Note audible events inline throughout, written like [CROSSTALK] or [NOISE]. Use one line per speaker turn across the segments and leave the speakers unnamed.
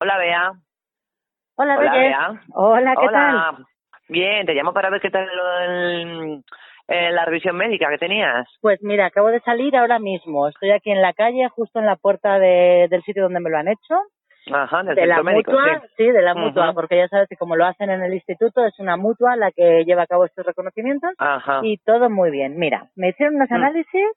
Hola, Bea.
Hola,
Hola,
Reyes.
Bea.
Hola, ¿qué
Hola. tal? Bien, te llamo para ver qué tal lo del- eh, la revisión médica que tenías.
tal? Pues mira, acabo de salir ahora mismo. Estoy aquí en la calle, justo en la puerta de- del sitio donde me lo han hecho.
Ajá, del
de la
centro médico,
mutua,
sí.
sí. de la
Ujú.
mutua, porque ya sabes que como lo hacen en el instituto, es una mutua la que lleva a cabo estos reconocimientos.
Ajá.
Y todo muy bien. Mira, me hicieron unos
Ah. Mm.
análisis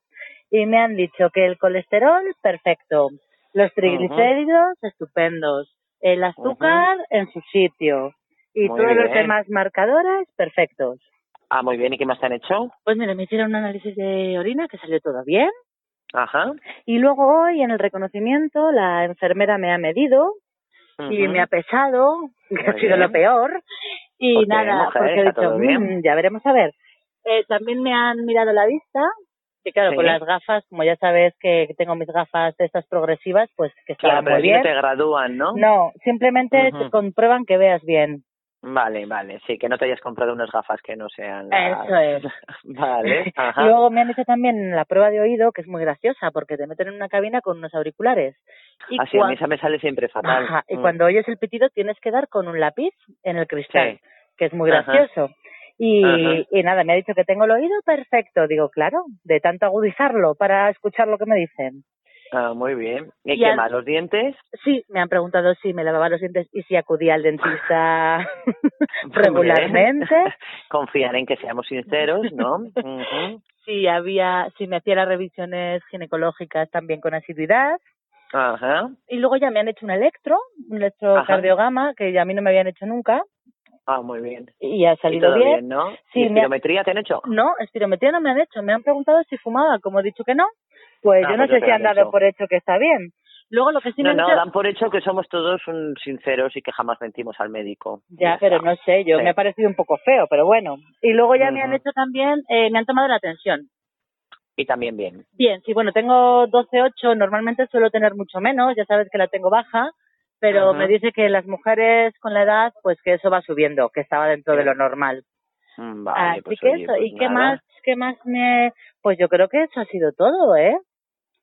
y me han dicho que el colesterol, perfecto. Los triglicéridos, estupendos. El azúcar, en su sitio. Y
Muy
todos los
bien.
demás marcadores, perfectos.
Ah, muy bien. ¿Y qué más te han hecho?
Pues mira, me hicieron un análisis de orina que salió todo bien.
Ajá.
Y luego hoy en el reconocimiento la enfermera me ha medido y
Ujú.
me ha pesado, que ha
Muy
sido lo
bien.
peor. Y
Porque,
nada,
mujer,
porque he
está
dicho,
todo bien.
"Mm, ya veremos a ver. Eh, también me han mirado la vista, que claro,
Sí.
con las gafas, como ya sabes que tengo mis gafas de estas progresivas, pues que
Claro,
estaban
pero
muy
así no
bien.
te gradúan, ¿no?
No, simplemente
Ujú.
te comprueban que veas bien.
Vale, vale. Sí, que no te hayas comprado unas gafas que no sean las...
Eso es.
[LAUGHS]
[LAUGHS]
Vale. Ajá.
Y luego me han hecho también la prueba de oído, que es muy graciosa, porque te meten en una cabina con unos auriculares. Y,
Así, a
cua-
mí esa me sale siempre fatal.
Ajá, y
Mm.
cuando oyes el pitido tienes que dar con un lápiz en el cristal,
Sí.
que es muy
Ajá.
gracioso.
Ajá.
Y, y nada, me ha dicho que tengo el oído perfecto. Digo, claro, de tanto agudizarlo para escuchar lo que me dicen.
Ah, muy bien. ¿Y,
Y
qué
al-
más? ¿Los dientes? [LAUGHS]
Sí, me han preguntado si me lavaba los dientes y si acudía al [LAUGHS] dentista Pues
Hombre,
regularmente.
Confiar en que seamos sinceros, ¿no? Ujú.
[LAUGHS] Si había, si me hacía las revisiones ginecológicas también con asiduidad.
Ajá,
Y luego ya me han hecho un electro, un electrocardiograma, que a mí no me habían hecho nunca,
ah, muy bien.
y ha
¿Y
salido
todo bien, no?
Sí,
¿Y
me Mm, ha-
espirometría te han hecho?
No, espirometría no me han hecho. Me han preguntado si fumaba. Como he dicho que no, pues
Ah,
yo no
pues ya
sé
te
si
lo
han
han
dado
hecho.
por hecho que está bien. Luego lo que sí me
no,
han
no,
dicho...
dan por hecho que somos todos mm, sinceros y que jamás mentimos al médico.
Ya, pero
está.
no sé, yo
Sí.
me ha parecido un poco feo, pero bueno. Y luego ya me han
Ujú.
hecho también, eh, me han tomado la tensión.
Y también bien.
Bien, sí, bueno, tengo 12,8, normalmente suelo tener mucho menos, ya sabes que la tengo baja, pero
Ajá.
me dice que las mujeres con la edad, pues que eso va subiendo, que estaba dentro
Sí.
de lo normal.
Mm, Vale,
Así
pues
que
oye,
eso,
pues
¿y qué
nada.
más, qué más me...? Pues yo creo que eso ha sido todo, ¿eh?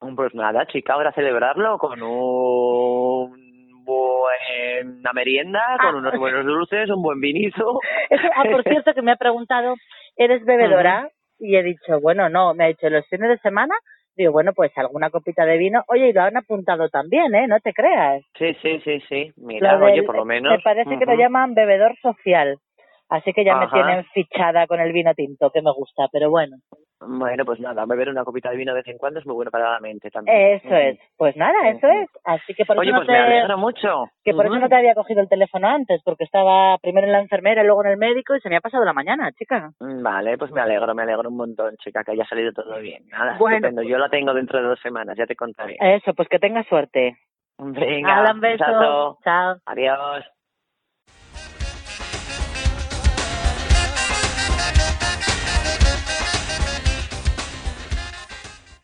Mm, Pues nada, chica, ahora celebrarlo con un buen- una merienda, con
Ah.
unos buenos dulces, un buen
[LAUGHS]
vinito.
Eso, ah,
[LAUGHS]
por cierto, que me ha preguntado, ¿eres bebedora? Y he dicho, bueno, no, me ha dicho, los fines de semana, digo, bueno, pues alguna copita de vino. Oye, y lo han apuntado también, ¿eh? No te creas.
Sí, sí, sí, sí.
Lo
Mira,
del-
oye, por lo menos.
Me parece que lo
ujú.
llaman bebedor social. Así que ya me
Ajá.
tienen fichada con el vino tinto, que me gusta, pero bueno.
Bueno, pues nada, beber una copita de vino de vez en cuando es muy bueno para la mente también.
Eso
Ujú.
es. Pues nada, eso
Ujú.
es. Así que por
Oye,
eso
pues
no te...
me alegro mucho.
Que por eso
Ujú.
no te había cogido el teléfono antes, porque estaba primero en la enfermera y luego en el médico y se me ha pasado la mañana, chica.
Vale, pues me alegro, me alegro un montón, chica, que haya salido todo bien. Nada,
Bueno,
estupendo. Yo la tengo dentro de dos semanas, ya te contaré.
Eso, pues que tengas suerte.
Venga,
Alan, beso.
besazo.
Chao.
Adiós.